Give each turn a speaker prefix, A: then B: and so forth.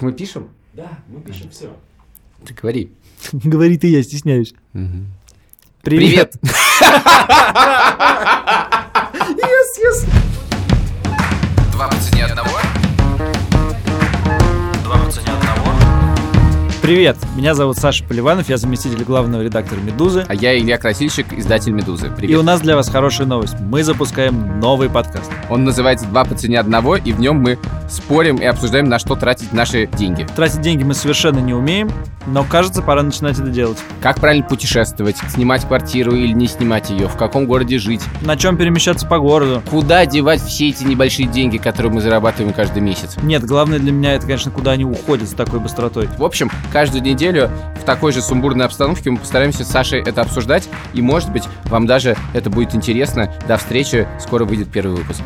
A: мы пишем?
B: Да, мы пишем все.
A: Ты говори.
C: Говори ты, я стесняюсь.
A: Привет!
D: Два по цене одного. Два по цене одного.
C: Привет, меня зовут Саша Поливанов, я заместитель главного редактора «Медузы».
A: А я Илья Красильщик, издатель «Медузы». Привет.
C: И у нас для вас хорошая новость. Мы запускаем новый подкаст.
A: Он называется «Два по цене одного», и в нем мы спорим и обсуждаем, на что тратить наши деньги.
C: Тратить деньги мы совершенно не умеем, но кажется, пора начинать это делать.
A: Как правильно путешествовать, снимать квартиру или не снимать ее, в каком городе жить,
C: На чем перемещаться по городу?
A: куда девать все эти небольшие деньги, которые мы зарабатываем каждый месяц.
C: Нет, главное для меня это, конечно, куда они уходят с такой быстротой.
A: В общем, каждую неделю в такой же сумбурной обстановке мы постараемся с Сашей это обсуждать, и, может быть, вам даже это будет интересно. До встречи, скоро выйдет первый выпуск.